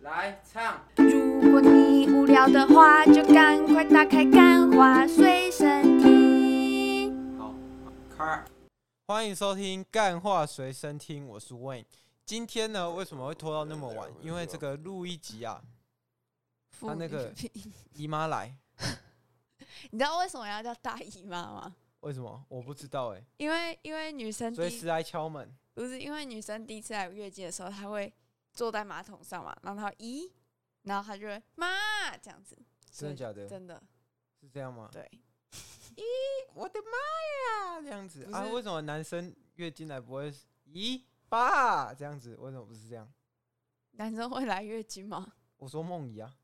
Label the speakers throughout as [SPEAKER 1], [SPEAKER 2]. [SPEAKER 1] 来唱，
[SPEAKER 2] 如果你无聊的话，就赶快打开《干花随身听》。
[SPEAKER 1] 好，开。
[SPEAKER 3] 欢迎收听《干话随身听》，我是 Wayne。今天呢，为什么会拖到那么晚？因为这个录一集啊，他那个姨妈来，
[SPEAKER 2] 你知道为什么要叫大姨妈吗？
[SPEAKER 3] 为什么我不知道哎、
[SPEAKER 2] 因为因为女生第
[SPEAKER 3] 所以
[SPEAKER 2] 一
[SPEAKER 3] 是来敲门。
[SPEAKER 2] 不是因为女生第一次来月经的时候，她会坐在马桶上嘛，然后她会咦，然后她就会妈这样子，
[SPEAKER 3] 真的假的？
[SPEAKER 2] 真的
[SPEAKER 3] 是这样吗？
[SPEAKER 2] 对，
[SPEAKER 3] 我的妈呀，这样子
[SPEAKER 2] 不
[SPEAKER 3] 啊？
[SPEAKER 2] 是
[SPEAKER 3] 为什么男生月经来不会是咦爸这样子？为什么不是这样？
[SPEAKER 2] 男生会来月经吗？
[SPEAKER 3] 我说梦遗啊，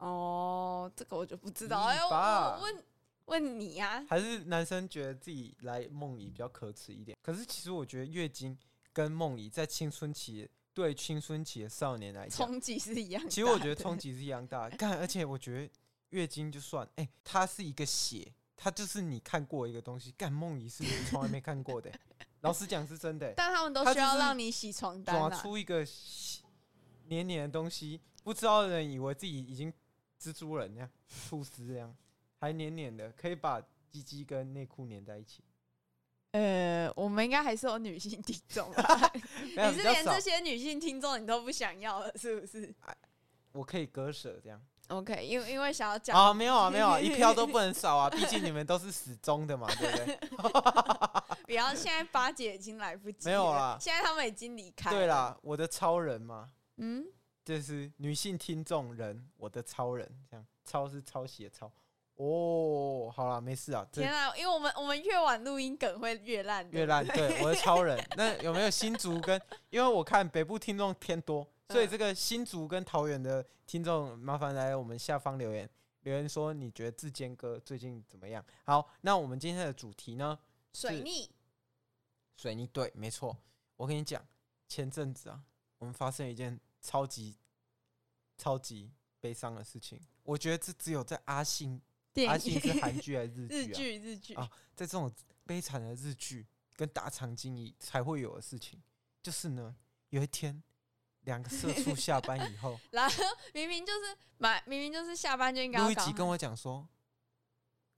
[SPEAKER 2] 哦，这个我就不知道，
[SPEAKER 3] 咦
[SPEAKER 2] 哎、我
[SPEAKER 3] 吧
[SPEAKER 2] 我问问你呀、
[SPEAKER 3] 还是男生觉得自己来梦遗比较可耻一点？可是其实我觉得月经跟梦遗在青春期对青春期的少年来讲，
[SPEAKER 2] 冲击是一样大的。
[SPEAKER 3] 其实我觉得冲击是一样大的。干，而且我觉得月经就算，哎、它是一个血，它就是你看过一个东西。干梦遗是你从来没看过的、 老实讲是真的、欸。
[SPEAKER 2] 但他们都
[SPEAKER 3] 他
[SPEAKER 2] 需
[SPEAKER 3] 就
[SPEAKER 2] 要
[SPEAKER 3] 是
[SPEAKER 2] 让你洗床单
[SPEAKER 3] 抓
[SPEAKER 2] 啊。
[SPEAKER 3] 出一个细黏黏的东西，不知道的人以为自己已经蜘蛛人那样、吐司那样，还黏黏的，可以把鸡鸡跟内裤粘在一 起。
[SPEAKER 2] 呃，我们应该还是有女性听众 吧？
[SPEAKER 3] 没有
[SPEAKER 2] 你
[SPEAKER 3] 比
[SPEAKER 2] 是
[SPEAKER 3] 较
[SPEAKER 2] 连
[SPEAKER 3] 少
[SPEAKER 2] 这，些女性听众你都不想要了，是不是
[SPEAKER 3] 我可以割舍这样。
[SPEAKER 2] ？OK，因为因为想要讲，
[SPEAKER 3] 啊，没有啊，没有啊，一 票都不能少啊，毕竟你们都是死忠的嘛，对不对？
[SPEAKER 2] 不要现在巴姐已经来不及了，
[SPEAKER 3] 没有啦
[SPEAKER 2] 现在他们已经离开。
[SPEAKER 3] 对，啦，我的超人嘛，
[SPEAKER 2] 嗯，
[SPEAKER 3] 就是女性听众人，我的超人这样，超是抄袭的抄。哦，好啦，没事啊，这
[SPEAKER 2] 天啊，因为我们我们越晚录音梗会越烂，
[SPEAKER 3] 越 烂，对，我的超人。那有没有新竹跟？因为我看北部听众偏多，所以
[SPEAKER 2] 嗯
[SPEAKER 3] 这个新竹跟桃园的听众，麻烦来我们下方留言，留言说你觉得志坚哥最近怎么样？好，那我们今天的主题呢？
[SPEAKER 2] 水逆。
[SPEAKER 3] 水泥对，没错。我跟你讲，前阵子啊，我们发生一件超级超级悲伤的事情。我觉得这只有在阿信，
[SPEAKER 2] 电
[SPEAKER 3] 阿信
[SPEAKER 2] 影
[SPEAKER 3] 是韩剧还是日
[SPEAKER 2] 日
[SPEAKER 3] 剧啊？
[SPEAKER 2] 剧日剧
[SPEAKER 3] 啊在这种悲惨的日剧跟大长今以才会有的事情，就是呢，有一天两个社畜下班以后，
[SPEAKER 2] 然后明明就是买，明明就是下班就 应该
[SPEAKER 3] 路
[SPEAKER 2] 要
[SPEAKER 3] 易吉
[SPEAKER 2] 搞。
[SPEAKER 3] 跟我讲说：“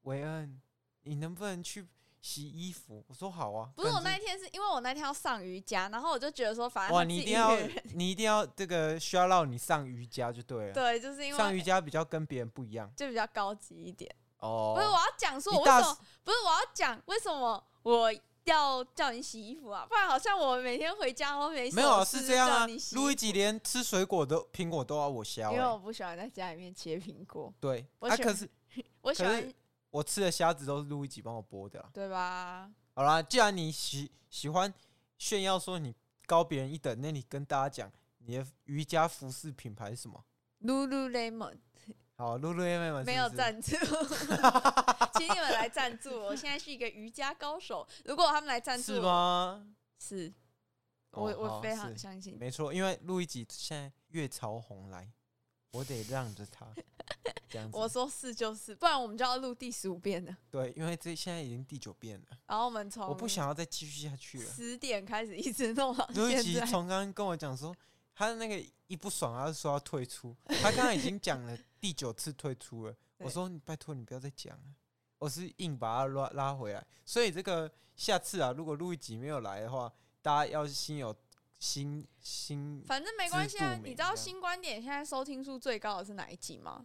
[SPEAKER 3] 维恩，你能不能去洗衣服？”我说：“好啊。”
[SPEAKER 2] 不是我
[SPEAKER 3] 干
[SPEAKER 2] 那
[SPEAKER 3] 这
[SPEAKER 2] 一天是因为我那天要上瑜伽，然后我就觉得说，反正
[SPEAKER 3] 哇，
[SPEAKER 2] 他
[SPEAKER 3] 你一
[SPEAKER 2] 自己
[SPEAKER 3] 定要
[SPEAKER 2] 个人
[SPEAKER 3] 你一定要这个需要让你上瑜伽就对了。
[SPEAKER 2] 对，就是因
[SPEAKER 3] 上
[SPEAKER 2] 为
[SPEAKER 3] 瑜伽比较跟别人不一样
[SPEAKER 2] 就比较高级一点。
[SPEAKER 3] 哦
[SPEAKER 2] 不是我要讲说，我
[SPEAKER 3] 你
[SPEAKER 2] 为
[SPEAKER 3] 大
[SPEAKER 2] 什么不是我要讲为什么我要叫你洗衣服啊？不然好像我每天回家都没
[SPEAKER 3] 没有啊
[SPEAKER 2] 手
[SPEAKER 3] 是
[SPEAKER 2] 事
[SPEAKER 3] 这样
[SPEAKER 2] 就
[SPEAKER 3] 啊
[SPEAKER 2] 叫你。洗
[SPEAKER 3] 路易
[SPEAKER 2] 衣
[SPEAKER 3] 吉连吃水果都苹果都要我削、
[SPEAKER 2] 服因为
[SPEAKER 3] 欸
[SPEAKER 2] 我，不喜欢在家里面切苹果，
[SPEAKER 3] 对，
[SPEAKER 2] 我
[SPEAKER 3] 啊，
[SPEAKER 2] 喜
[SPEAKER 3] 可
[SPEAKER 2] 欢
[SPEAKER 3] 是
[SPEAKER 2] 我喜
[SPEAKER 3] 可
[SPEAKER 2] 欢
[SPEAKER 3] 是我吃的虾子都是路易吉帮我剥的、啊。
[SPEAKER 2] 对吧？
[SPEAKER 3] 好啦，既然你喜喜欢炫耀说你高别人一等，那你跟大家讲你的瑜伽服饰品牌是什么？
[SPEAKER 2] Lululemon
[SPEAKER 3] 好，露露妹妹们
[SPEAKER 2] 没有
[SPEAKER 3] 在，
[SPEAKER 2] 赞助，请你们来赞助我。我现在是一个瑜伽高手，如果他们来赞助
[SPEAKER 3] 是
[SPEAKER 2] 我？
[SPEAKER 3] 吗？
[SPEAKER 2] 是
[SPEAKER 3] 哦
[SPEAKER 2] 我、
[SPEAKER 3] 好
[SPEAKER 2] 我非常
[SPEAKER 3] 是
[SPEAKER 2] 相信。
[SPEAKER 3] 没错，因为路易吉现在越潮红来，我得让着他，这样子。
[SPEAKER 2] 我说是就是，不然我们就要录第十五遍了。
[SPEAKER 3] 对，因为这现在已经第九遍了，
[SPEAKER 2] 然后我们从
[SPEAKER 3] 我不想要再继续下去 了。
[SPEAKER 2] 十点开始一直弄到
[SPEAKER 3] 路易
[SPEAKER 2] 现
[SPEAKER 3] 吉
[SPEAKER 2] 在。
[SPEAKER 3] 从刚刚跟我讲说，他的那个一不爽，他就说要退出。他刚刚已经讲了第九次退出 了，我
[SPEAKER 2] 对
[SPEAKER 3] 说你拜托你不要再讲了，我是硬把他拉拉回来。所以这个下次啊，如果路易吉没有来的话，大家要是心有心心
[SPEAKER 2] 反正没关系啊
[SPEAKER 3] 知，度美
[SPEAKER 2] 你知
[SPEAKER 3] 这
[SPEAKER 2] 道
[SPEAKER 3] 样
[SPEAKER 2] 新观点现在收听数最高的是哪一集 吗？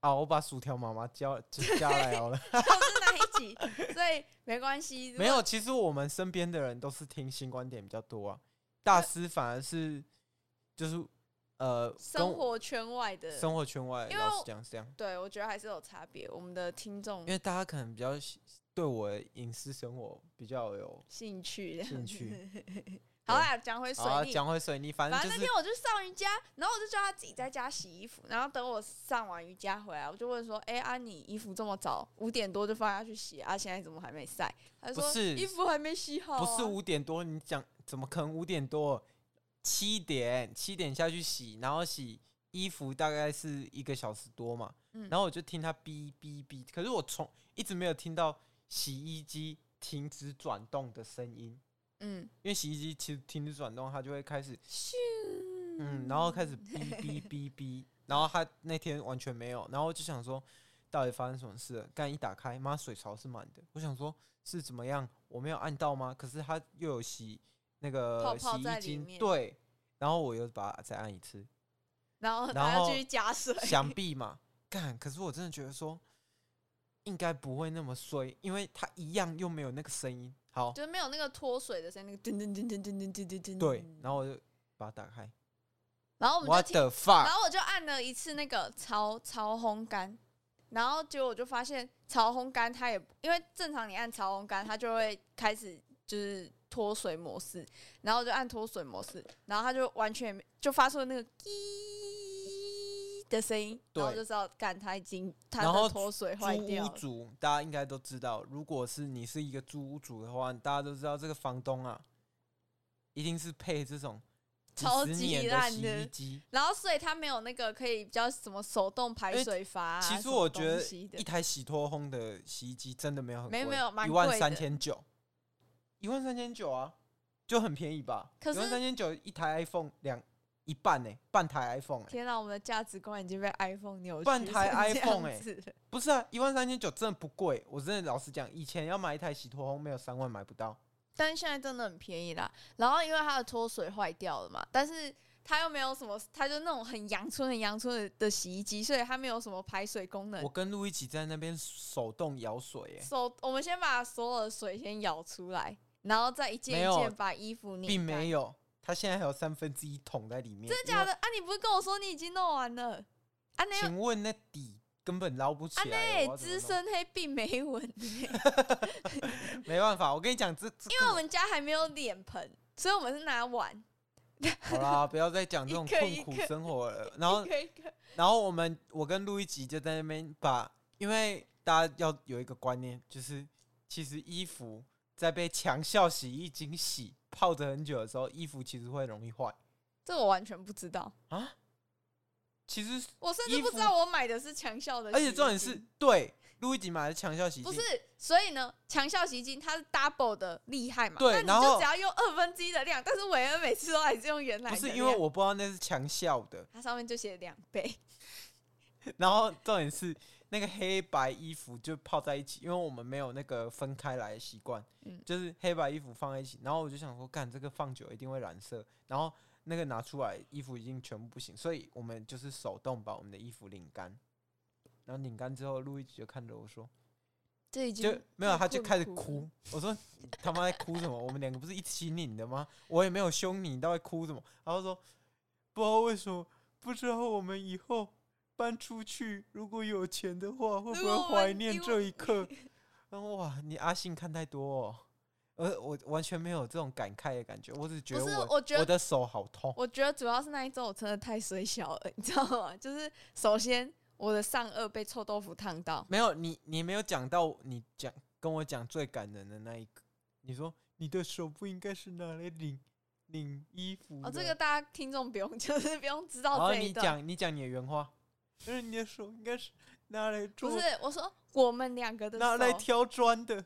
[SPEAKER 3] 啊，我把薯条妈妈叫就叫来好了。
[SPEAKER 2] 就是哪一集，所以没 关系。如果
[SPEAKER 3] 没，有，其实我们身边的人都是听新观点比较多啊，大师反而是就是呃跟
[SPEAKER 2] 生活圈外的，
[SPEAKER 3] 生活圈外，
[SPEAKER 2] 因为
[SPEAKER 3] 老实
[SPEAKER 2] 我嗯
[SPEAKER 3] 讲是这样，
[SPEAKER 2] 对我觉得还是有差别。我们的听众
[SPEAKER 3] 因为大家可能比较喜对我的隐私生活比较有
[SPEAKER 2] 兴趣，
[SPEAKER 3] 兴趣。
[SPEAKER 2] 好啦，讲回水
[SPEAKER 3] 好啊，
[SPEAKER 2] 逆。
[SPEAKER 3] 讲回水泥，反正
[SPEAKER 2] 反正
[SPEAKER 3] 就
[SPEAKER 2] 那
[SPEAKER 3] 是
[SPEAKER 2] 天我就上瑜伽，然后我就叫他自己在家洗衣服，然后等我上完瑜伽回来，我就问说：“哎、啊，你衣服这么早五点多就放下去洗啊，现在怎么还没晒？”他就
[SPEAKER 3] 不
[SPEAKER 2] 说：“
[SPEAKER 3] 是
[SPEAKER 2] 衣服还没洗好、啊。”
[SPEAKER 3] 不是五点多，你讲怎么可能五点多？七点七点下去洗，然后洗衣服大概是一个小时多嘛，
[SPEAKER 2] 嗯
[SPEAKER 3] 然后我就听它哔哔哔，可是我从一直没有听到洗衣机停止转动的声音，
[SPEAKER 2] 嗯，
[SPEAKER 3] 因为洗衣机其实停止转动，它就会开始
[SPEAKER 2] 咻，
[SPEAKER 3] 嗯，然后开始哔哔哔哔，然后他那天完全没有，然后我就想说，到底发生什么事了？刚一打开，妈水槽是满的，我想说是怎么样？我没有按到吗？可是它又有洗那个
[SPEAKER 2] 泡泡
[SPEAKER 3] 洗
[SPEAKER 2] 在
[SPEAKER 3] 衣
[SPEAKER 2] 里
[SPEAKER 3] 精，
[SPEAKER 2] 面
[SPEAKER 3] 对，然后我又把它再按一 次，
[SPEAKER 2] 然后
[SPEAKER 3] 然
[SPEAKER 2] 还要
[SPEAKER 3] 后
[SPEAKER 2] 继续加水，
[SPEAKER 3] 想必嘛，干，可是我真的觉得说，应该不会那么衰，因为它一样又没有那个声音。好，
[SPEAKER 2] 就是没有那个脱水的声音，那个噔噔噔噔噔噔噔噔噔。
[SPEAKER 3] 对，然后我就把它打开
[SPEAKER 2] 然后嗯我们
[SPEAKER 3] ，What
[SPEAKER 2] 就听，
[SPEAKER 3] the
[SPEAKER 2] 然
[SPEAKER 3] fuck？
[SPEAKER 2] 后我就按了一次那个潮潮烘干，然后结果我就发现潮烘干它也因为正常你按潮烘干它就会开始就是脱水模式，然后我就按脱水模式，然后它就完全没就发出那个滴的声音，然后我
[SPEAKER 3] 对
[SPEAKER 2] 就知道干它已经它
[SPEAKER 3] 然后
[SPEAKER 2] 的脱水坏掉
[SPEAKER 3] 租屋
[SPEAKER 2] 了。
[SPEAKER 3] 主大家应该都知道，如果是你是一个租屋主的话，大家都知道这个房东啊，一定是配这种几
[SPEAKER 2] 超
[SPEAKER 3] 十
[SPEAKER 2] 级
[SPEAKER 3] 年
[SPEAKER 2] 烂
[SPEAKER 3] 洗
[SPEAKER 2] 的
[SPEAKER 3] 衣机。
[SPEAKER 2] 然后所以它没有那个可以比较什么手动排水阀、啊。
[SPEAKER 3] 其
[SPEAKER 2] 什
[SPEAKER 3] 实
[SPEAKER 2] 么
[SPEAKER 3] 我觉
[SPEAKER 2] 东
[SPEAKER 3] 得
[SPEAKER 2] 西的
[SPEAKER 3] 一台洗脱烘的洗衣机真的没有很
[SPEAKER 2] 没
[SPEAKER 3] 贵，
[SPEAKER 2] 有没有蛮
[SPEAKER 3] 一
[SPEAKER 2] 贵
[SPEAKER 3] 万
[SPEAKER 2] 的
[SPEAKER 3] 三千九，一万三千九啊，就很便宜吧？
[SPEAKER 2] 可
[SPEAKER 3] 一万
[SPEAKER 2] 是
[SPEAKER 3] 三千九一台 iPhone 两一半呢、半台 iPhone 哎、
[SPEAKER 2] 天哪，我们的价值观已经被 iPhone 扭曲
[SPEAKER 3] 半
[SPEAKER 2] 成
[SPEAKER 3] 台 iPhone
[SPEAKER 2] 哎、
[SPEAKER 3] 欸不是啊，一万三千九真的不贵，我真的老实讲，以前要买一台洗脱烘没有三万买不到。
[SPEAKER 2] 但是现在真的很便宜啦。然后因为它的脱水坏掉了嘛，但是它又没有什么，它就那种很阳春、很阳春的的洗衣机，所以它没有什么排水功能
[SPEAKER 3] 我。跟路一起在那边手动舀水、欸，
[SPEAKER 2] 手，我们先把所有的水先舀出来，然后再一件
[SPEAKER 3] 没
[SPEAKER 2] 一
[SPEAKER 3] 有
[SPEAKER 2] 件把衣服拧
[SPEAKER 3] 并
[SPEAKER 2] 干
[SPEAKER 3] 没有，它现在还有三分之一桶在里面。
[SPEAKER 2] 真的假的？啊，你不是跟我说你已经弄完了？啊，
[SPEAKER 3] 因为？
[SPEAKER 2] 那
[SPEAKER 3] 请问那底根本捞不
[SPEAKER 2] 啊
[SPEAKER 3] 起来，
[SPEAKER 2] 那
[SPEAKER 3] 我要怎么
[SPEAKER 2] 资深黑并没稳、
[SPEAKER 3] 弄没办法。我跟你讲，这这
[SPEAKER 2] 因为我们家还没有脸盆，所以我们是拿碗
[SPEAKER 3] 好啦，不要再讲这种
[SPEAKER 2] 一个
[SPEAKER 3] 痛
[SPEAKER 2] 一
[SPEAKER 3] 苦
[SPEAKER 2] 个
[SPEAKER 3] 生活了。然后
[SPEAKER 2] 一，个一个。
[SPEAKER 3] 然后我们我跟路一起就在那边把，因为大家要有一个观念，就是其实衣服在被强效洗衣精洗泡着很久的时候，衣服其实会容易坏。
[SPEAKER 2] 这我完全不知道，
[SPEAKER 3] 其实，
[SPEAKER 2] 我甚至
[SPEAKER 3] 衣
[SPEAKER 2] 不
[SPEAKER 3] 服
[SPEAKER 2] 知道我买的是强效的
[SPEAKER 3] 而
[SPEAKER 2] 洗衣机，
[SPEAKER 3] 且重点是对路一起买的强效洗衣
[SPEAKER 2] 不
[SPEAKER 3] 精
[SPEAKER 2] 是，？所以呢，强效洗衣机它是 double 的厉害嘛，
[SPEAKER 3] 对
[SPEAKER 2] 那你
[SPEAKER 3] 然
[SPEAKER 2] 就
[SPEAKER 3] 后
[SPEAKER 2] 只要用二分之一的量，但是韦恩每次都还是用原来
[SPEAKER 3] 不
[SPEAKER 2] 的，
[SPEAKER 3] 是因为。我不知道那是强效的，
[SPEAKER 2] 它上面就写两倍，
[SPEAKER 3] 然后重点是那个黑白衣服就泡在一起，因为我们没有那个分开来的习惯，
[SPEAKER 2] 嗯
[SPEAKER 3] 就是黑白衣服放在一起。然后我就想说，干这个放久一定会染色，然后那个拿出来衣服已经全部不行，所以我们就是手动把我们的衣服拧干。然后拧干之后，路易吉就看着我说，
[SPEAKER 2] 这已
[SPEAKER 3] 就
[SPEAKER 2] 经
[SPEAKER 3] 没有，他
[SPEAKER 2] 困
[SPEAKER 3] 就开始
[SPEAKER 2] 苦了
[SPEAKER 3] 哭。我说你他妈在哭什么？我们两个不是一起拧的吗？我也没有凶你，你到底哭什么？然后说不知道为什么，不知道我们以后搬出去，如果有钱的话，会不
[SPEAKER 2] 如果
[SPEAKER 3] 会
[SPEAKER 2] 我们
[SPEAKER 3] 怀念
[SPEAKER 2] 因为
[SPEAKER 3] 这一 刻？然后哇，你阿信看太多、哦，呃，我完全没有这种感慨的感觉，我只觉得
[SPEAKER 2] 不是
[SPEAKER 3] 我
[SPEAKER 2] 我觉得
[SPEAKER 3] 的手好痛。
[SPEAKER 2] 我觉得主要是那一周我真的太水小了，你知道吗？就是首先我的上颚被臭豆腐烫到，
[SPEAKER 3] 没有你，你没有讲到你讲跟我讲最感人的那一个。你说你的手不应该是拿来领领衣服的。
[SPEAKER 2] 哦，这个大家听众不用， 就是不用知
[SPEAKER 3] 然
[SPEAKER 2] 道
[SPEAKER 3] 后
[SPEAKER 2] 这一
[SPEAKER 3] 哦你
[SPEAKER 2] 段。
[SPEAKER 3] 讲你讲你的原话，就是你的手应该是拿来做
[SPEAKER 2] 不是，我说我们两个的
[SPEAKER 3] 拿来
[SPEAKER 2] 手，
[SPEAKER 3] 挑砖的，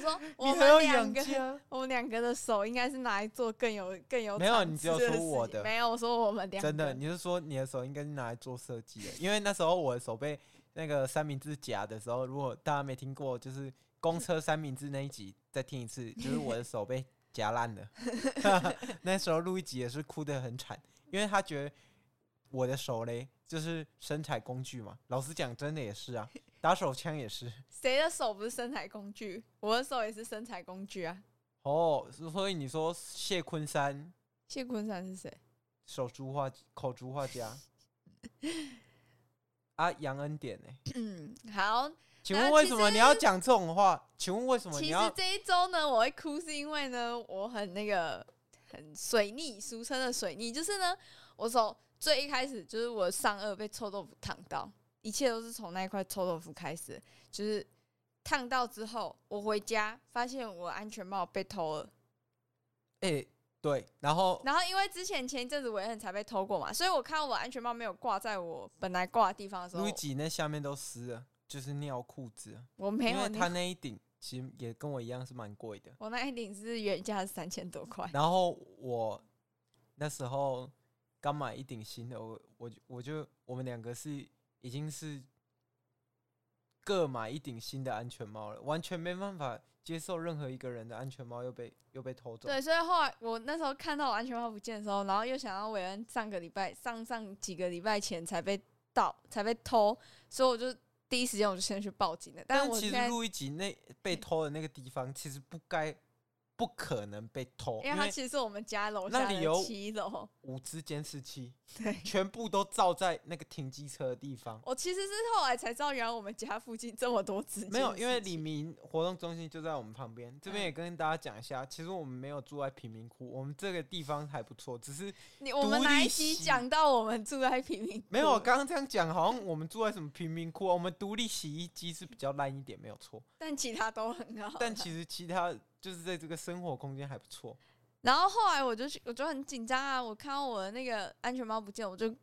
[SPEAKER 2] 说我
[SPEAKER 3] 你还要
[SPEAKER 2] 们
[SPEAKER 3] 养
[SPEAKER 2] 两个
[SPEAKER 3] 家。
[SPEAKER 2] 我们两个的手应该是拿来做更有更有
[SPEAKER 3] 没有
[SPEAKER 2] 层
[SPEAKER 3] 你
[SPEAKER 2] 次
[SPEAKER 3] 只有
[SPEAKER 2] 的
[SPEAKER 3] 说
[SPEAKER 2] 事
[SPEAKER 3] 我
[SPEAKER 2] 情
[SPEAKER 3] 的
[SPEAKER 2] 没有我说我们两个
[SPEAKER 3] 真的，你是说你的手应该是拿来做设计的？ 因为那时候我的手被那个三明治夹的时候，如果大家没听过，就是公车三明治那一集，再听一 次，就是我的手被夹烂了。 那时候录一集也是哭得很惨，因为他觉得我的手嘞就是身材工具嘛。老实讲，真的也是 啊，打手枪也是。
[SPEAKER 2] 谁的手不是身材工具？我的手也是身材工具啊。
[SPEAKER 3] 哦，所以你说谢昆山
[SPEAKER 2] 谢坤山是谁？
[SPEAKER 3] 手足画口足画家啊，杨恩典呢、
[SPEAKER 2] 嗯，好，
[SPEAKER 3] 请
[SPEAKER 2] 那
[SPEAKER 3] 问为
[SPEAKER 2] 呃其
[SPEAKER 3] 什么你要讲这种话？请问为什么你
[SPEAKER 2] 其
[SPEAKER 3] 要
[SPEAKER 2] 实？这一周呢，我会哭是因为呢，我很那个很水逆，俗称的水逆，就是呢，我手最一开始就是我上颚被臭豆腐烫到，一切都是从那一块臭豆腐开始，就是烫到之后，我回家发现我安全帽被偷了。
[SPEAKER 3] 哎、对，然后
[SPEAKER 2] 然后因为之前前一阵子韦恩才被偷过嘛，所以我看到我安全帽没有挂在我本来挂的地方的时候
[SPEAKER 3] 路易，吉那下面都湿了，就是尿裤子了，
[SPEAKER 2] 我没
[SPEAKER 3] 因
[SPEAKER 2] 有
[SPEAKER 3] 为
[SPEAKER 2] 那
[SPEAKER 3] 他
[SPEAKER 2] 个
[SPEAKER 3] 那一顶其实也跟我一样是蛮贵的。
[SPEAKER 2] 我那一顶是原价三千多块，
[SPEAKER 3] 然后我那时候刚买一顶新的，我我就我就我们两个是已经是各买一顶新的安全帽了，完全没办法接受任何一个人的安全帽又被又被偷走。
[SPEAKER 2] 对，所以后来我那时候看到我安全帽不见的时候，然后又想到韦恩上个礼拜、上上几个礼拜前才被盗、才被偷，所以我就第一时间我就先去报警了。但
[SPEAKER 3] 但
[SPEAKER 2] 我
[SPEAKER 3] 其
[SPEAKER 2] 现
[SPEAKER 3] 实
[SPEAKER 2] 在，嗯
[SPEAKER 3] 录一集那被偷的那个地方，其实不该不可能被偷，
[SPEAKER 2] 因为
[SPEAKER 3] 因
[SPEAKER 2] 它
[SPEAKER 3] 为
[SPEAKER 2] 其实是我们家楼
[SPEAKER 3] 那
[SPEAKER 2] 下
[SPEAKER 3] 里
[SPEAKER 2] 的
[SPEAKER 3] 有
[SPEAKER 2] 七楼，
[SPEAKER 3] 五只监视器
[SPEAKER 2] 对。哦
[SPEAKER 3] 全部都照在那个停机车的地方。
[SPEAKER 2] 我其实是后来才知道，原来我们家附近这么多只。
[SPEAKER 3] 没有，因为李明活动中心就在我们旁边。这边
[SPEAKER 2] 嗯
[SPEAKER 3] 也跟大家讲一下，其实我们没有住在贫民窟，我们这个地方还不错。只是
[SPEAKER 2] 你我们
[SPEAKER 3] 独
[SPEAKER 2] 哪
[SPEAKER 3] 立
[SPEAKER 2] 一集
[SPEAKER 3] 洗
[SPEAKER 2] 讲到我们住在贫民？
[SPEAKER 3] 没有，我，刚刚这样讲，好像我们住在什么贫民窟啊？我们独立洗衣机是比较烂一点，没有错。
[SPEAKER 2] 但其他都很好。
[SPEAKER 3] 但其实其他就是在这个生活空间还不错。
[SPEAKER 2] 然后后来我就去，我就很紧张啊！我看到我的那个安全帽不见，我就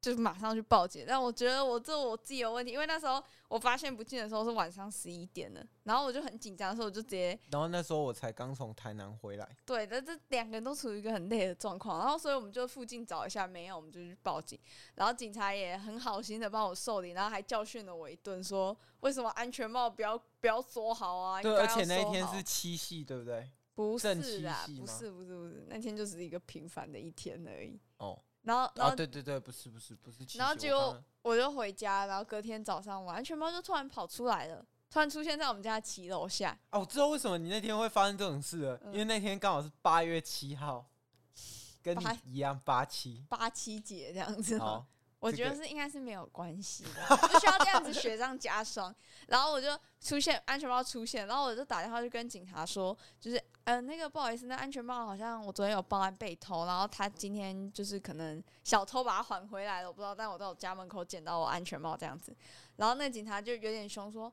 [SPEAKER 2] 就马上去报警。但我觉得我这我自己有问题，因为那时候我发现不见的时候是晚上十一点了，然后我就很紧张，所以我就直接
[SPEAKER 3] 然后那时候我才刚从台南回来，
[SPEAKER 2] 对，但这两个人都处于一个很累的状况，然后所以我们就附近找一下，没有我们就去报警，然后警察也很好心的帮我受理，然后还教训了我一顿，说为什么安全帽不要不要锁好啊？应
[SPEAKER 3] 对，
[SPEAKER 2] 该
[SPEAKER 3] 而
[SPEAKER 2] 要
[SPEAKER 3] 且那一
[SPEAKER 2] 收
[SPEAKER 3] 天
[SPEAKER 2] 好
[SPEAKER 3] 是七夕，对不对？
[SPEAKER 2] 不
[SPEAKER 3] 正
[SPEAKER 2] 是
[SPEAKER 3] 七
[SPEAKER 2] 啦，
[SPEAKER 3] 夕
[SPEAKER 2] 不
[SPEAKER 3] 吗
[SPEAKER 2] 是不是不是，那天就只是一个平凡的一天而已。
[SPEAKER 3] 哦，
[SPEAKER 2] 然后然
[SPEAKER 3] 啊，
[SPEAKER 2] 后
[SPEAKER 3] 对对对，不是不是不是七夕。
[SPEAKER 2] 然后
[SPEAKER 3] 我
[SPEAKER 2] 结果
[SPEAKER 3] 刚刚
[SPEAKER 2] 我就回家，然后隔天早上，我安全帽就突然跑出来了，突然出现在我们家骑楼下。
[SPEAKER 3] 哦，我知道为什么你那天会发生这种事了，
[SPEAKER 2] 嗯
[SPEAKER 3] 因为那天刚好是八月七号，跟你
[SPEAKER 2] 八嗯
[SPEAKER 3] 一样八七。
[SPEAKER 2] 八七节这样子，
[SPEAKER 3] 好，
[SPEAKER 2] 我
[SPEAKER 3] 这
[SPEAKER 2] 觉得
[SPEAKER 3] 个
[SPEAKER 2] 是应该是没有关系 的，不需要这样子雪上加霜。然后我就出现安全帽出现，然后我就打电话去跟警察说，就是呃那个不好意思，那安全帽好像我昨天有报案被偷，然后他今天就是可能小偷把它还回来了，我不知道，但我在我家门口捡到我安全帽这样子。然后那警察就有点凶说。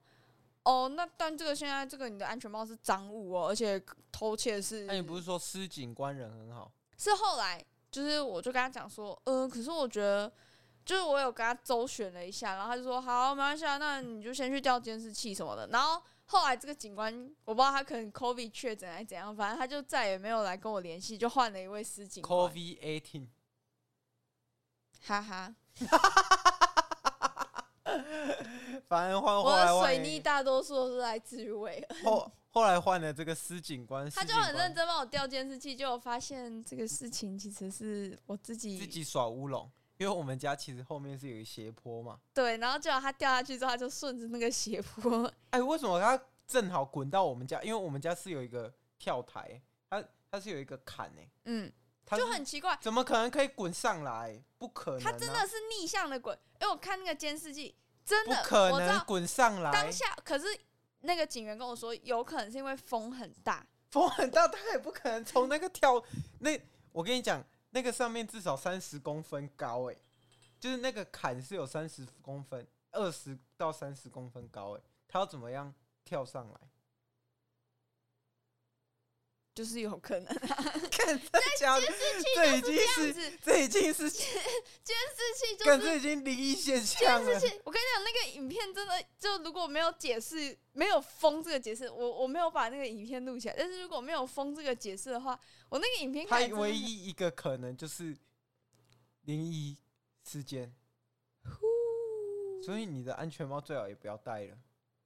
[SPEAKER 2] 哦，那但这个现在这个你的安全帽是赃物哦，而且偷窃是……
[SPEAKER 3] 那你不是说施警官人很好？
[SPEAKER 2] 是后来，就是我就跟他讲说，呃，可是我觉得，就是我有跟他周旋了一下，然后他就说，好，没关系啊，那你就先去调监视器什么的。然后后来这个警官，我不知道他可能 COVID 确诊还是怎样，反正他就再也没有来跟我联系，就换了一位司警官
[SPEAKER 3] COVID eighteen，
[SPEAKER 2] 哈哈，
[SPEAKER 3] 反正换哦后
[SPEAKER 2] 我
[SPEAKER 3] 来
[SPEAKER 2] 的
[SPEAKER 3] 换
[SPEAKER 2] 水
[SPEAKER 3] 了一
[SPEAKER 2] 逆
[SPEAKER 3] 个
[SPEAKER 2] 大多数都是来自于韦恩，
[SPEAKER 3] 后后来换了这个施警官，
[SPEAKER 2] 他
[SPEAKER 3] 施
[SPEAKER 2] 就
[SPEAKER 3] 警
[SPEAKER 2] 很
[SPEAKER 3] 官
[SPEAKER 2] 认真帮我调监视器，结果发现这个事情其实是我自己
[SPEAKER 3] 自己耍乌龙，因为我们家其实后面是有一个斜坡嘛。
[SPEAKER 2] 对，然后结果他掉下去之后，他就顺着那个斜坡
[SPEAKER 3] 哎、为什么他正好滚到我们家？因为我们家是有一个跳台，它它是有一个坎诶、
[SPEAKER 2] 嗯，
[SPEAKER 3] 它
[SPEAKER 2] 就是很奇怪。
[SPEAKER 3] 怎么可能可以滚上来？不可能、啊，
[SPEAKER 2] 他真的是逆向的滚，因为我看那个监视器，真
[SPEAKER 3] 不
[SPEAKER 2] 的，
[SPEAKER 3] 可
[SPEAKER 2] 我知
[SPEAKER 3] 能啊
[SPEAKER 2] 道
[SPEAKER 3] 滚上来
[SPEAKER 2] 当。下，可是那个警员跟我说，有可能是因为风很大，
[SPEAKER 3] 风很大，他也不可能从那个跳那。我跟你讲，那个上面至少三十公分高诶、就是那个坎是有三十公分，二十到三十公分高诶、欸他要怎么样跳上来？
[SPEAKER 2] 就是有可 能啊。
[SPEAKER 3] 看这家的，这已经
[SPEAKER 2] 这样
[SPEAKER 3] 是
[SPEAKER 2] 子，
[SPEAKER 3] 这已经是
[SPEAKER 2] 监视器就
[SPEAKER 3] 看
[SPEAKER 2] 是
[SPEAKER 3] 这已经灵异现象
[SPEAKER 2] 监
[SPEAKER 3] 了
[SPEAKER 2] 视。器。我跟你讲，那个影片真的，就如果没有解释，没有风这个解释，我我没有把那个影片录起来。但是如果没有风这个解释的话，我那个影片
[SPEAKER 3] 他
[SPEAKER 2] 看起来
[SPEAKER 3] 唯
[SPEAKER 2] 真的
[SPEAKER 3] 一一个可能就是灵异事件，
[SPEAKER 2] 很呼
[SPEAKER 3] 所以你的安全帽最好也不要戴了。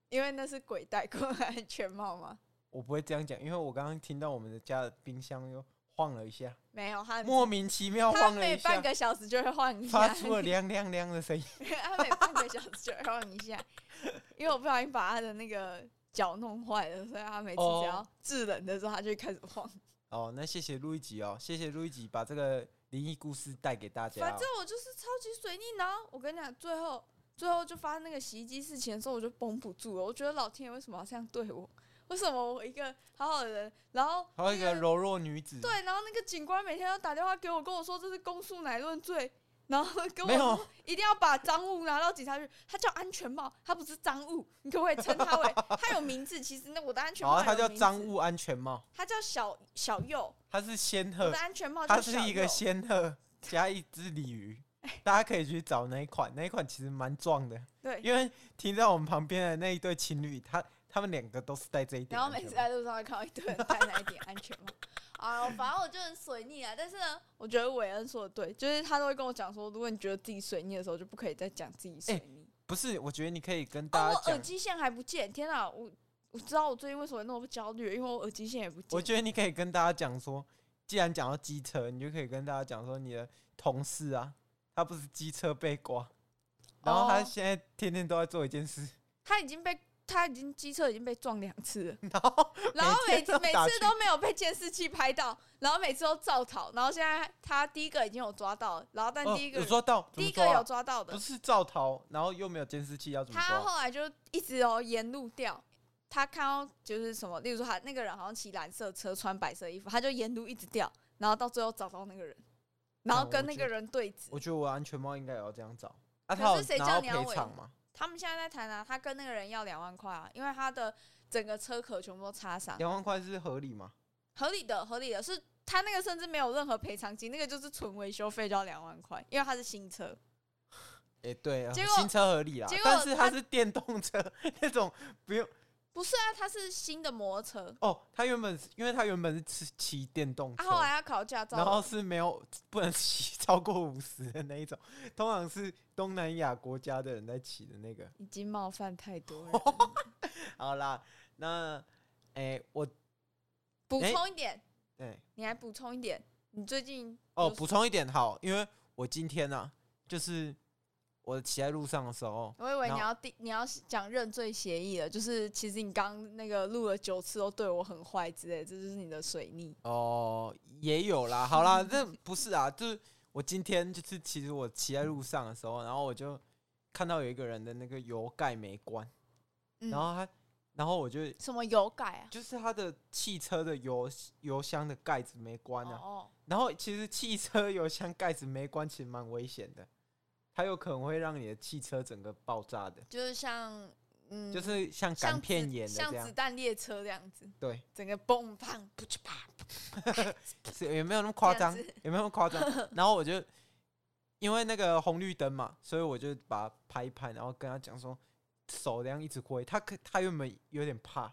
[SPEAKER 2] 因为那是鬼戴过来安全帽吗？
[SPEAKER 3] 我不会这样讲，因为我刚刚听到我们的家的冰箱又晃了一下，
[SPEAKER 2] 没有，他
[SPEAKER 3] 莫名其妙
[SPEAKER 2] 他
[SPEAKER 3] 晃了
[SPEAKER 2] 每
[SPEAKER 3] 一
[SPEAKER 2] 半
[SPEAKER 3] 下，
[SPEAKER 2] 个小时就会换一
[SPEAKER 3] 发
[SPEAKER 2] 下。
[SPEAKER 3] 出了亮亮亮的声音。
[SPEAKER 2] 他每半个小时 就让一下，因为我不小心把他的那个脚弄坏了，所以他每次只要
[SPEAKER 3] 哦
[SPEAKER 2] 制冷的时候，他就会开始晃。
[SPEAKER 3] 哦，那谢谢路易吉哦，谢谢路易吉把这个灵异故事带给大家
[SPEAKER 2] 反
[SPEAKER 3] 哦、
[SPEAKER 2] 正我就是超级水逆，然后我跟你讲，最后最后就发生那个洗衣机事情的时候，我就绷不住了。我觉得老天爷为什么要这样对我？ 为什么我一个好好的人，然后
[SPEAKER 3] 还有
[SPEAKER 2] 那
[SPEAKER 3] 一个柔弱女子，
[SPEAKER 2] 对，然后那个警官每天都打电话给我，跟我说这是公诉乃论罪，然后跟我
[SPEAKER 3] 没有
[SPEAKER 2] 说一定要把赃物拿到警察局。他叫安全帽，他不是赃物，你可不可以称他为？ 他有名字，其实那我的安全
[SPEAKER 3] 然后
[SPEAKER 2] 帽有
[SPEAKER 3] 她哦啊叫
[SPEAKER 2] 名
[SPEAKER 3] 赃
[SPEAKER 2] 字，
[SPEAKER 3] 物安全帽，
[SPEAKER 2] 他叫小小右，
[SPEAKER 3] 她是仙
[SPEAKER 2] 我
[SPEAKER 3] 鹤
[SPEAKER 2] 的，安全帽
[SPEAKER 3] 它
[SPEAKER 2] 叫
[SPEAKER 3] 是
[SPEAKER 2] 小
[SPEAKER 3] 一个
[SPEAKER 2] 右。
[SPEAKER 3] 仙 鹤加一只鲤鱼，大家可以去找那一款，那一款其实蛮壮的。
[SPEAKER 2] 对
[SPEAKER 3] 因为停在我们旁边的那一对情侣，他他们两个都是戴这一顶
[SPEAKER 2] 然后呃
[SPEAKER 3] 安全帽。
[SPEAKER 2] 每次在路上会看到一堆人戴那一顶安全帽。啊，反正我就很水逆啊。但是呢，我觉得韦恩说的对，就是他都会跟我讲说，如果你觉得自己水逆的时候，就不可以再讲自己水逆。
[SPEAKER 3] 不是，我觉得你可以跟
[SPEAKER 2] 哦，
[SPEAKER 3] 大
[SPEAKER 2] 我
[SPEAKER 3] 家
[SPEAKER 2] 耳
[SPEAKER 3] 讲，
[SPEAKER 2] 机线还不见，天哪！我我知道我最近为什么那么焦虑，因为我耳机线也不见。
[SPEAKER 3] 我觉得你可以跟大家讲说，既然讲到机车，你就可以跟大家讲说，你的同事啊，他不是机车被刮，然后他
[SPEAKER 2] 哦
[SPEAKER 3] 现在天天都在做一件事，
[SPEAKER 2] 他已经被他已经机车已经被撞两次了，
[SPEAKER 3] 然后
[SPEAKER 2] 然后每
[SPEAKER 3] 每天都
[SPEAKER 2] 每
[SPEAKER 3] 打
[SPEAKER 2] 次
[SPEAKER 3] 去
[SPEAKER 2] 都没有被监视器拍到，然后每次都照逃，然后现在他第一个已经有抓到了，然后但
[SPEAKER 3] 哦
[SPEAKER 2] 第一个、
[SPEAKER 3] 有抓到，怎
[SPEAKER 2] 第
[SPEAKER 3] 么
[SPEAKER 2] 一个
[SPEAKER 3] 抓
[SPEAKER 2] 有抓到
[SPEAKER 3] 啊
[SPEAKER 2] 的
[SPEAKER 3] 不，是照逃，然后又没有监视器，要怎么
[SPEAKER 2] 他
[SPEAKER 3] 抓？啊
[SPEAKER 2] 后来就一直哦沿路掉。他看到就是什么，例如说他那个人好像骑蓝色车，穿白色衣服，他就沿路一直掉，然后到最后找到那个人，然后
[SPEAKER 3] 我
[SPEAKER 2] 跟那
[SPEAKER 3] 觉
[SPEAKER 2] 个
[SPEAKER 3] 得
[SPEAKER 2] 人对峙。
[SPEAKER 3] 我觉得我安全帽应该也要这样找。啊，
[SPEAKER 2] 可
[SPEAKER 3] 他有
[SPEAKER 2] 是谁
[SPEAKER 3] 拿
[SPEAKER 2] 叫
[SPEAKER 3] 到
[SPEAKER 2] 你要
[SPEAKER 3] 赔
[SPEAKER 2] 委
[SPEAKER 3] 偿吗？
[SPEAKER 2] 他们现在在谈啊，他跟那个人要两万块啊，因为他的整个车壳全部都擦伤。
[SPEAKER 3] 两万块是合理吗？
[SPEAKER 2] 合理的，合理的是，他那个甚至没有任何赔偿金，那个就是纯维修费就要两万块，因为它是新车。
[SPEAKER 3] 哎、对啊，
[SPEAKER 2] 结果
[SPEAKER 3] 新车合理啦
[SPEAKER 2] 结，
[SPEAKER 3] 但
[SPEAKER 2] 果
[SPEAKER 3] 是它
[SPEAKER 2] 他
[SPEAKER 3] 是电动车那种，不用
[SPEAKER 2] 不是啊，它是新的摩托车，
[SPEAKER 3] 哦。他原本是因为他原本是骑骑电动
[SPEAKER 2] 啊，
[SPEAKER 3] 车，
[SPEAKER 2] 后来要考驾照了，
[SPEAKER 3] 然后是没有不能骑超过五十的那一种，通常是东南亚国家的人在骑的那个。
[SPEAKER 2] 已经冒犯太多 人了。
[SPEAKER 3] 好啦，那哎、我
[SPEAKER 2] 补
[SPEAKER 3] 哎
[SPEAKER 2] 充一点，
[SPEAKER 3] 哎、
[SPEAKER 2] 你还补充一点，你最近
[SPEAKER 3] 哦，
[SPEAKER 2] 有
[SPEAKER 3] 补充一点好，因为我今天啊，就是我骑在路上的时候，
[SPEAKER 2] 我以为
[SPEAKER 3] 然后
[SPEAKER 2] 你要第你要讲认罪协议了，就是其实你刚那个录了九次都对我很坏之类的，这就是你的水逆。
[SPEAKER 3] 哦，也有 啦，好啦，这不是啊，就是我今天就是其实我骑在路上的时候，然后我就看到有一个人的那个油盖没关，
[SPEAKER 2] 嗯
[SPEAKER 3] 然后他，然后我就
[SPEAKER 2] 什么油改啊？
[SPEAKER 3] 就是他的汽车的油油箱的盖子没关啊，
[SPEAKER 2] 哦
[SPEAKER 3] 然后其实汽车油箱盖子没关其实蛮危险的，它有可能会让你的汽车整个爆炸的，
[SPEAKER 2] 就是像嗯，
[SPEAKER 3] 就是像
[SPEAKER 2] 像
[SPEAKER 3] 干
[SPEAKER 2] 子
[SPEAKER 3] 片眼的
[SPEAKER 2] 像
[SPEAKER 3] 这样
[SPEAKER 2] 子。弹列车这样子，
[SPEAKER 3] 对，
[SPEAKER 2] 整个蹦砰不去啪，
[SPEAKER 3] 是也没有那么夸
[SPEAKER 2] 这样
[SPEAKER 3] 张
[SPEAKER 2] 子，
[SPEAKER 3] 也没有那么夸 张。然后我就因为那个红绿灯嘛，所以我就把它拍一拍，然后跟他讲说，手这样一直挥。他可他原本有点怕，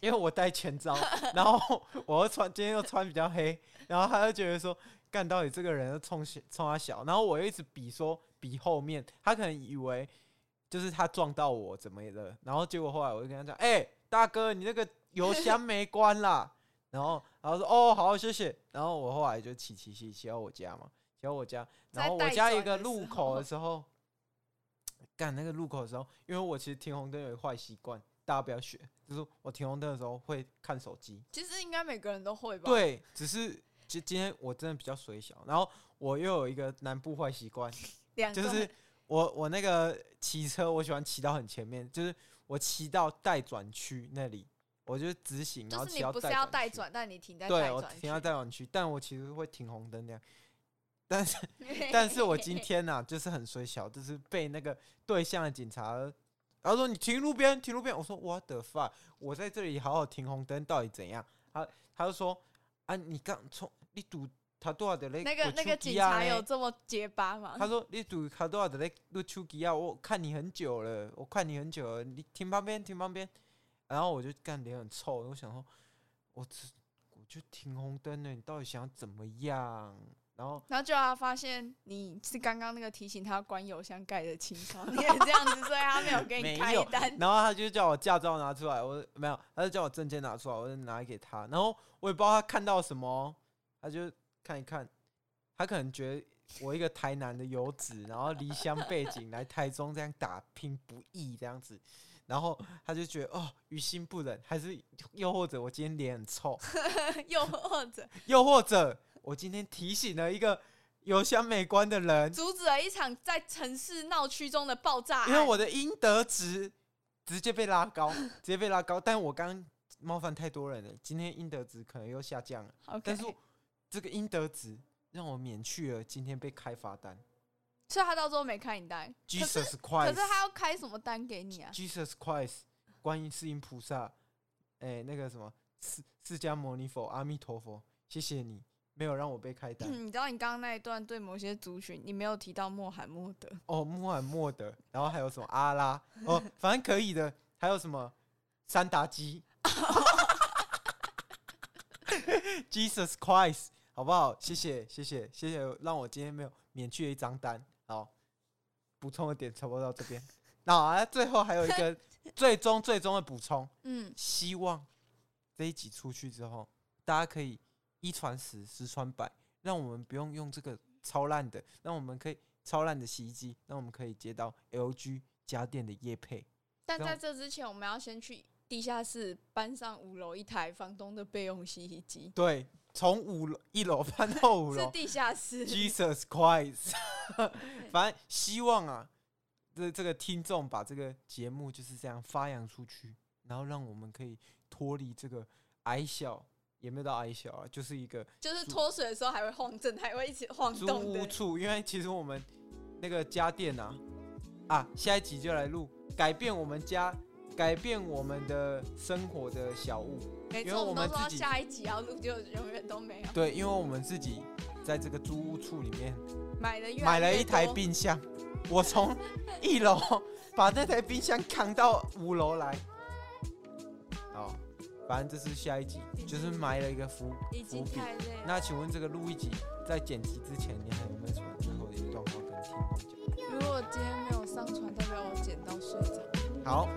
[SPEAKER 3] 因为我戴全 罩，然后我又穿今天又穿比较黑，然后他就觉得说，干到底这个人要冲小冲他小，然后我又一直比说比后面，他可能以为就是他撞到我怎么的，然后结果后来我就跟他讲，哎、大哥，你那个油箱没关啦。 然后，然后说哦，好，谢谢。然后我后来就骑骑骑骑到我家嘛，骑到我家，然
[SPEAKER 2] 在
[SPEAKER 3] 后我
[SPEAKER 2] 待
[SPEAKER 3] 家一
[SPEAKER 2] 转
[SPEAKER 3] 个
[SPEAKER 2] 的
[SPEAKER 3] 路
[SPEAKER 2] 时
[SPEAKER 3] 口的
[SPEAKER 2] 候
[SPEAKER 3] 时候，干那个路口的时候，因为我其实停红灯有一个坏习惯，大家不要学，就是我停红灯的时候会看手机。
[SPEAKER 2] 其实应该每个人都会吧？，
[SPEAKER 3] 对，只是今今天我真的比较水小，然后我又有一个南部坏习 惯，
[SPEAKER 2] 两个
[SPEAKER 3] 就是我我那个骑车，我喜欢骑到很前面，就是我骑到待转区那里，我就直行，然
[SPEAKER 2] 就
[SPEAKER 3] 后
[SPEAKER 2] 是
[SPEAKER 3] 骑
[SPEAKER 2] 你
[SPEAKER 3] 到
[SPEAKER 2] 不是要
[SPEAKER 3] 待
[SPEAKER 2] 带
[SPEAKER 3] 转
[SPEAKER 2] 转，但你停在
[SPEAKER 3] 区，
[SPEAKER 2] 带
[SPEAKER 3] 对我
[SPEAKER 2] 转区，
[SPEAKER 3] 停 到待转区，但我其实会停红灯这样。但是， 但是我今天呐、啊就是很水小，就是被那个对向的警察，然后说你停路边，停路边。我说 What the fuck？我在这里好好停红灯，到底怎样？他他就说啊，你刚从你堵他多少的嘞？
[SPEAKER 2] 那个那个警察有这么结巴吗？
[SPEAKER 3] 他说：“你堵卡多少的嘞？录手机啊！我看你很久了，我看你很久了，你停旁边，停旁边。”然后我就干脸很臭，我想说，我只我就停红灯了，你到底想怎么样？然后
[SPEAKER 2] 然后就他发现你是刚刚那个提醒他关油箱盖的情况，你也这样子，所以他没有给
[SPEAKER 3] 没
[SPEAKER 2] 你开
[SPEAKER 3] 有
[SPEAKER 2] 单。
[SPEAKER 3] 然后他就叫我驾照拿出来，我没有，他就叫我证件拿出来，我就拿给他。然后我也不知道他看到什么，他就看一看，他可能觉得我一个台南的游子，然后离乡背景来台中这样打拼不易这样子，然后他就觉得哦于心不忍，还是又或者我今天脸很臭，
[SPEAKER 2] 又 或者
[SPEAKER 3] 又或者我今天提醒了一个油箱美观的 人，
[SPEAKER 2] 阻止了一场在城市闹区中的爆炸案，
[SPEAKER 3] 因为我的应得值直接被拉高， 直接被拉高。但我刚冒犯太多人了，今天应得值可能又下降了。
[SPEAKER 2] OK，
[SPEAKER 3] 但是这个应得值让我免去了今天被开罚单。
[SPEAKER 2] 所以他到最后没开你单。可是
[SPEAKER 3] Jesus
[SPEAKER 2] 可是
[SPEAKER 3] Christ，
[SPEAKER 2] 他要开什么单 给你啊？
[SPEAKER 3] Jesus Christ，观音世音菩萨，哎、那个什么释释迦牟尼佛，阿弥陀佛，谢谢你没有让我被开单。
[SPEAKER 2] 嗯你知道你刚刚那一段对某些族群，你没有提到穆罕默德，
[SPEAKER 3] 哦，穆罕默德，然后还有什么阿拉，哦，反正可以的，还有什么三达基， Jesus Christ，好不好？谢谢，谢谢，谢谢，让我今天没有免去了一张单。好，补充的点差不多到这边。那好啊，最后还有一个最终最终的补充，
[SPEAKER 2] 嗯，
[SPEAKER 3] 希望这一集出去之后，大家可以一传十，十传百，让我们不用用这个超烂的，让我们可以超烂的洗衣机，让我们可以接到 LG 家电的业配。
[SPEAKER 2] 但
[SPEAKER 3] 让
[SPEAKER 2] 在这之前，我们要先去地下室搬上五楼一台房东的备用洗衣机，
[SPEAKER 3] 对，从五楼一楼搬到五
[SPEAKER 2] 是
[SPEAKER 3] 楼
[SPEAKER 2] 地下室。
[SPEAKER 3] ，Jesus Christ！反正希望啊，这这个听众把这个节目就是这样发扬出去，然后让我们可以脱离这个矮小，也没有到矮小啊，就是一个
[SPEAKER 2] 就是脱水的时候还会晃震，还会一直晃
[SPEAKER 3] 租
[SPEAKER 2] 动
[SPEAKER 3] 屋
[SPEAKER 2] 的。
[SPEAKER 3] 处，因为其实我们那个家电啊，啊，下一集就来录改变我们家。改变我们的生活的小物，
[SPEAKER 2] 没
[SPEAKER 3] 因为
[SPEAKER 2] 错，
[SPEAKER 3] 我们
[SPEAKER 2] 们都说要
[SPEAKER 3] 自己
[SPEAKER 2] 下一集要录，就永远都没有。
[SPEAKER 3] 对，因为我们自己在这个租屋处里面
[SPEAKER 2] 买了越来
[SPEAKER 3] 买了
[SPEAKER 2] 越
[SPEAKER 3] 一台
[SPEAKER 2] 多，
[SPEAKER 3] 冰箱，我从一楼 把那台冰箱扛到五楼来。好，反正这是下一集，就是埋了一个伏
[SPEAKER 2] 已经
[SPEAKER 3] 伏笔。
[SPEAKER 2] 太累了。
[SPEAKER 3] 那请问这个录一集在剪辑之前，你还有没有什么最后的一段话跟听众
[SPEAKER 2] 如果今天没有上传，代表我剪到睡着。
[SPEAKER 3] 讲？好，